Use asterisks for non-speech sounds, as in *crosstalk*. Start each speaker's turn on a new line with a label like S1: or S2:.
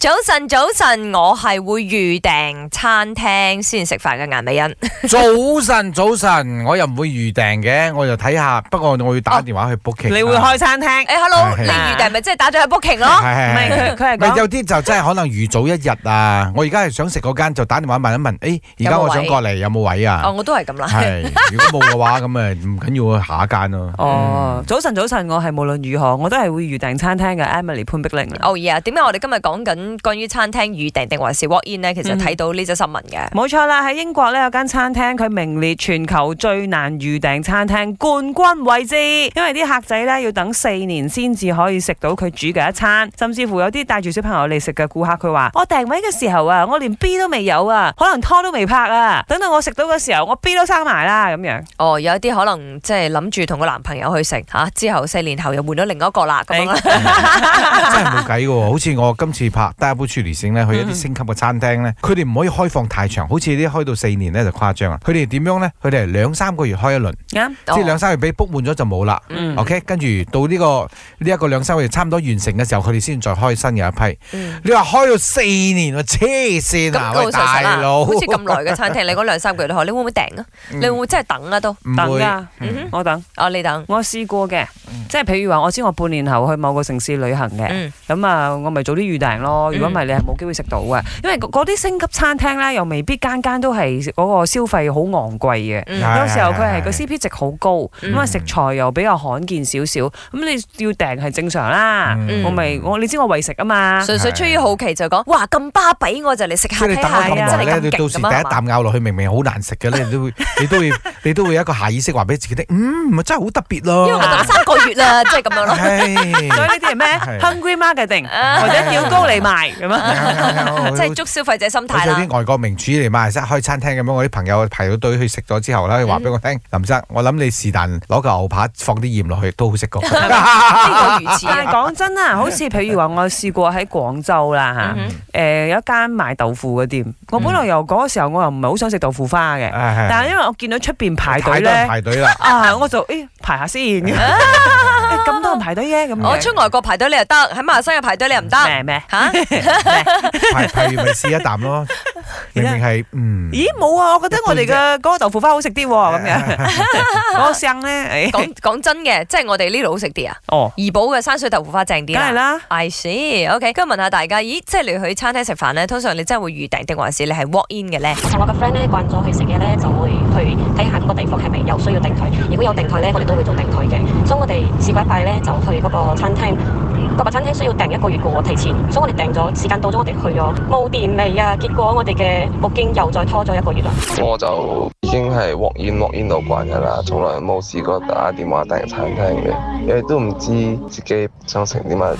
S1: 早晨，早晨，我係會預訂餐廳先食飯嘅顏
S2: *laughs*
S1: 美欣。
S2: 早晨，早晨，我又唔會預訂嘅，我就睇下。不過我會打電話去 booking。
S3: 你會開餐廳？
S1: 誒，hello，
S2: 係
S1: 你預訂咪即係打咗
S2: *laughs*
S1: 去 booking
S2: 係？
S1: 咯？
S3: 唔係
S2: 係係
S3: 佢佢
S2: 係，
S3: 係講
S2: 有啲就真係可能預早一日啊！我而家係想食嗰間，就打電話問一問，誒，而家我想過嚟有冇位
S1: 哦，
S2: 啊？
S1: 我都係咁啦。
S2: 係，如果冇嘅話，咁啊唔緊要啊，下一間咯。
S3: 哦，早晨早晨，我係無論如何我都係會預訂餐廳嘅 Emily 潘碧玲啦。
S1: *laughs* 哦耶！點解我哋今日講緊關於餐廳預訂定還是 walk in 呢？其實
S3: 嗯
S1: 睇到呢則新聞嘅。
S3: 冇錯啦，喺英國呢有間餐廳，佢名列全球最難預訂餐廳冠軍位置，因為啲客仔呢要等四年先至可以食到佢煮嘅一餐，甚至乎有啲帶住小朋友嚟食嘅顧客，佢話我訂位嘅時候啊，我連 B 都未有啊，可能拖都未拍啊，等到我食到嘅時候，我 B 都生埋啦咁樣。
S1: 哦，有一啲可能即係諗住同個男朋友去食吓，啊之後四年後又換咗另一個啦咁樣啦。
S2: 真係嗯冇計嘅喎，好似我今次拍 Double t r i s i n g 咧，去一
S3: 嗯
S2: 啲星級嘅餐廳咧，佢哋唔可以開放太長，好似啲開到四年咧就誇張啊！佢哋點樣咧？佢哋係兩三個月開一輪，
S3: 啱，
S1: 哦
S2: 即係兩三個月俾 book 滿咗就冇啦。
S3: 嗯
S2: OK，跟住到呢、個呢一、個兩三個月差唔多完成嘅時候，佢哋先再開新嘅一批。
S1: 嗯
S2: 你話開到四年啊，黐線啊，
S1: 咁老
S2: 喂
S1: 實實
S2: 大
S1: 啦，
S2: 佬，
S1: 好似咁耐嘅餐廳，你講兩三個月都好，你會唔會訂啊？你
S2: 嗯
S1: 會唔會真係等啊都？
S3: 等
S2: 唔會
S3: 㗎，
S1: 嗯哼，
S3: 我等。
S1: 哦，你等，
S3: 我試過嘅，即係譬如話，我知我半年後去某個城市旅行嘅，
S1: 嗯，
S3: 咁啊、我咪早啲預訂咯。如果唔係，你係冇機會食到嘅，因為嗰嗰啲星級餐廳咧，又未必間間都係嗰個消費好昂貴嘅。
S1: 嗯
S2: 係
S3: 有時候佢係個
S2: 係
S3: CP 值好高，咁啊
S2: 嗯
S3: 食材又比較罕見少少，咁你要訂係正常啦。
S2: 嗯
S3: 我咪我你知我為食啊嘛，
S1: 純粹出於好奇就講，哇咁巴比，我就嚟食
S2: 即
S1: 下
S2: 係你
S1: 睇
S2: 等
S1: 下，咁
S2: 咗咁耐
S1: 啊真
S2: 咧，
S1: 係
S2: 你
S1: 咁
S2: 到
S1: 勁
S2: 時
S1: 咁啊
S2: 第
S1: 嘛
S2: 一啖咬落去，明明好難食嘅咧，你都會 *laughs* 你都會你都會有一個下意識話俾自己聽，嗯，咪真係好特別咯。
S1: 因為我等三個月
S2: *laughs*
S1: 啦，即係咁樣咯。*laughs*
S3: *laughs* 所
S2: 係
S3: 以呢啲係咩
S2: 係
S3: hungry marketing
S1: 啊
S3: 或者叫高嚟賣咁啊。
S1: *laughs* 即係捉消費者心
S2: 好
S1: 態
S2: 似有
S1: 啦
S2: 啲。外國名廚嚟馬來西亞開餐廳咁樣，我啲朋友排到隊去食咗之後咧，佢話俾我
S1: 嗯
S2: 聽，林生，我諗你是但攞嚿牛扒放啲鹽落去都好食過。
S1: 呢
S2: *laughs*
S1: 個如此
S3: 但係
S1: 啊，
S3: 講真啊，好似譬如話，我試過喺廣州啦嚇，
S1: 嗯
S3: 誒、呃有一間賣豆腐嘅店。我本來又嗰個時候我又唔係好想食豆腐花嘅，但係
S2: 但
S3: 因為我見到出邊排
S2: 排
S3: 隊
S2: 隊
S3: 咧，
S2: 啊排隊啦，
S3: 啊我就誒、哎排下先，咁、 *laughs* 多人排隊嘅咁樣。
S1: 嗯我出啊外國排隊你又得，喺馬來西亞排隊你又唔得
S3: 咩咩？
S1: 嚇。
S2: 排排完咪試一啖
S3: *laughs*
S2: 咯。明明係嗯，
S3: 咦冇啊！我覺得我哋嘅嗰個豆腐花好食啲喎，咁樣嗰個聲
S1: *laughs*
S3: 咧，誒
S1: 講講真嘅，即係我哋呢度好食啲啊，
S3: 哦，
S1: 怡寶嘅山水豆腐花正啲
S3: 梗係
S1: 啦。
S3: 啦。
S1: I see，OK，咁問下大家，咦，即係你去餐廳食飯咧，通常你真係會預訂定還是你係 walk in 嘅咧？
S4: 我個 friend 咧慣咗去食嘢咧，就會去睇下嗰個地方係咪有需要訂台。如果有訂台咧，我哋都會做訂台嘅。所以我哋試過一拜咧，就去嗰個餐廳。嗰個餐廳需要訂一個月嘅喎，提前，所以我哋訂咗，時間到咗，我哋去咗，冇電未啊！結果我哋嘅 booking 又再拖咗一個月啦。
S5: 我就已經係 walk in walk in 到慣㗎啦，從來冇試過打電話訂餐廳嘅，因為都唔知自己想食啲乜。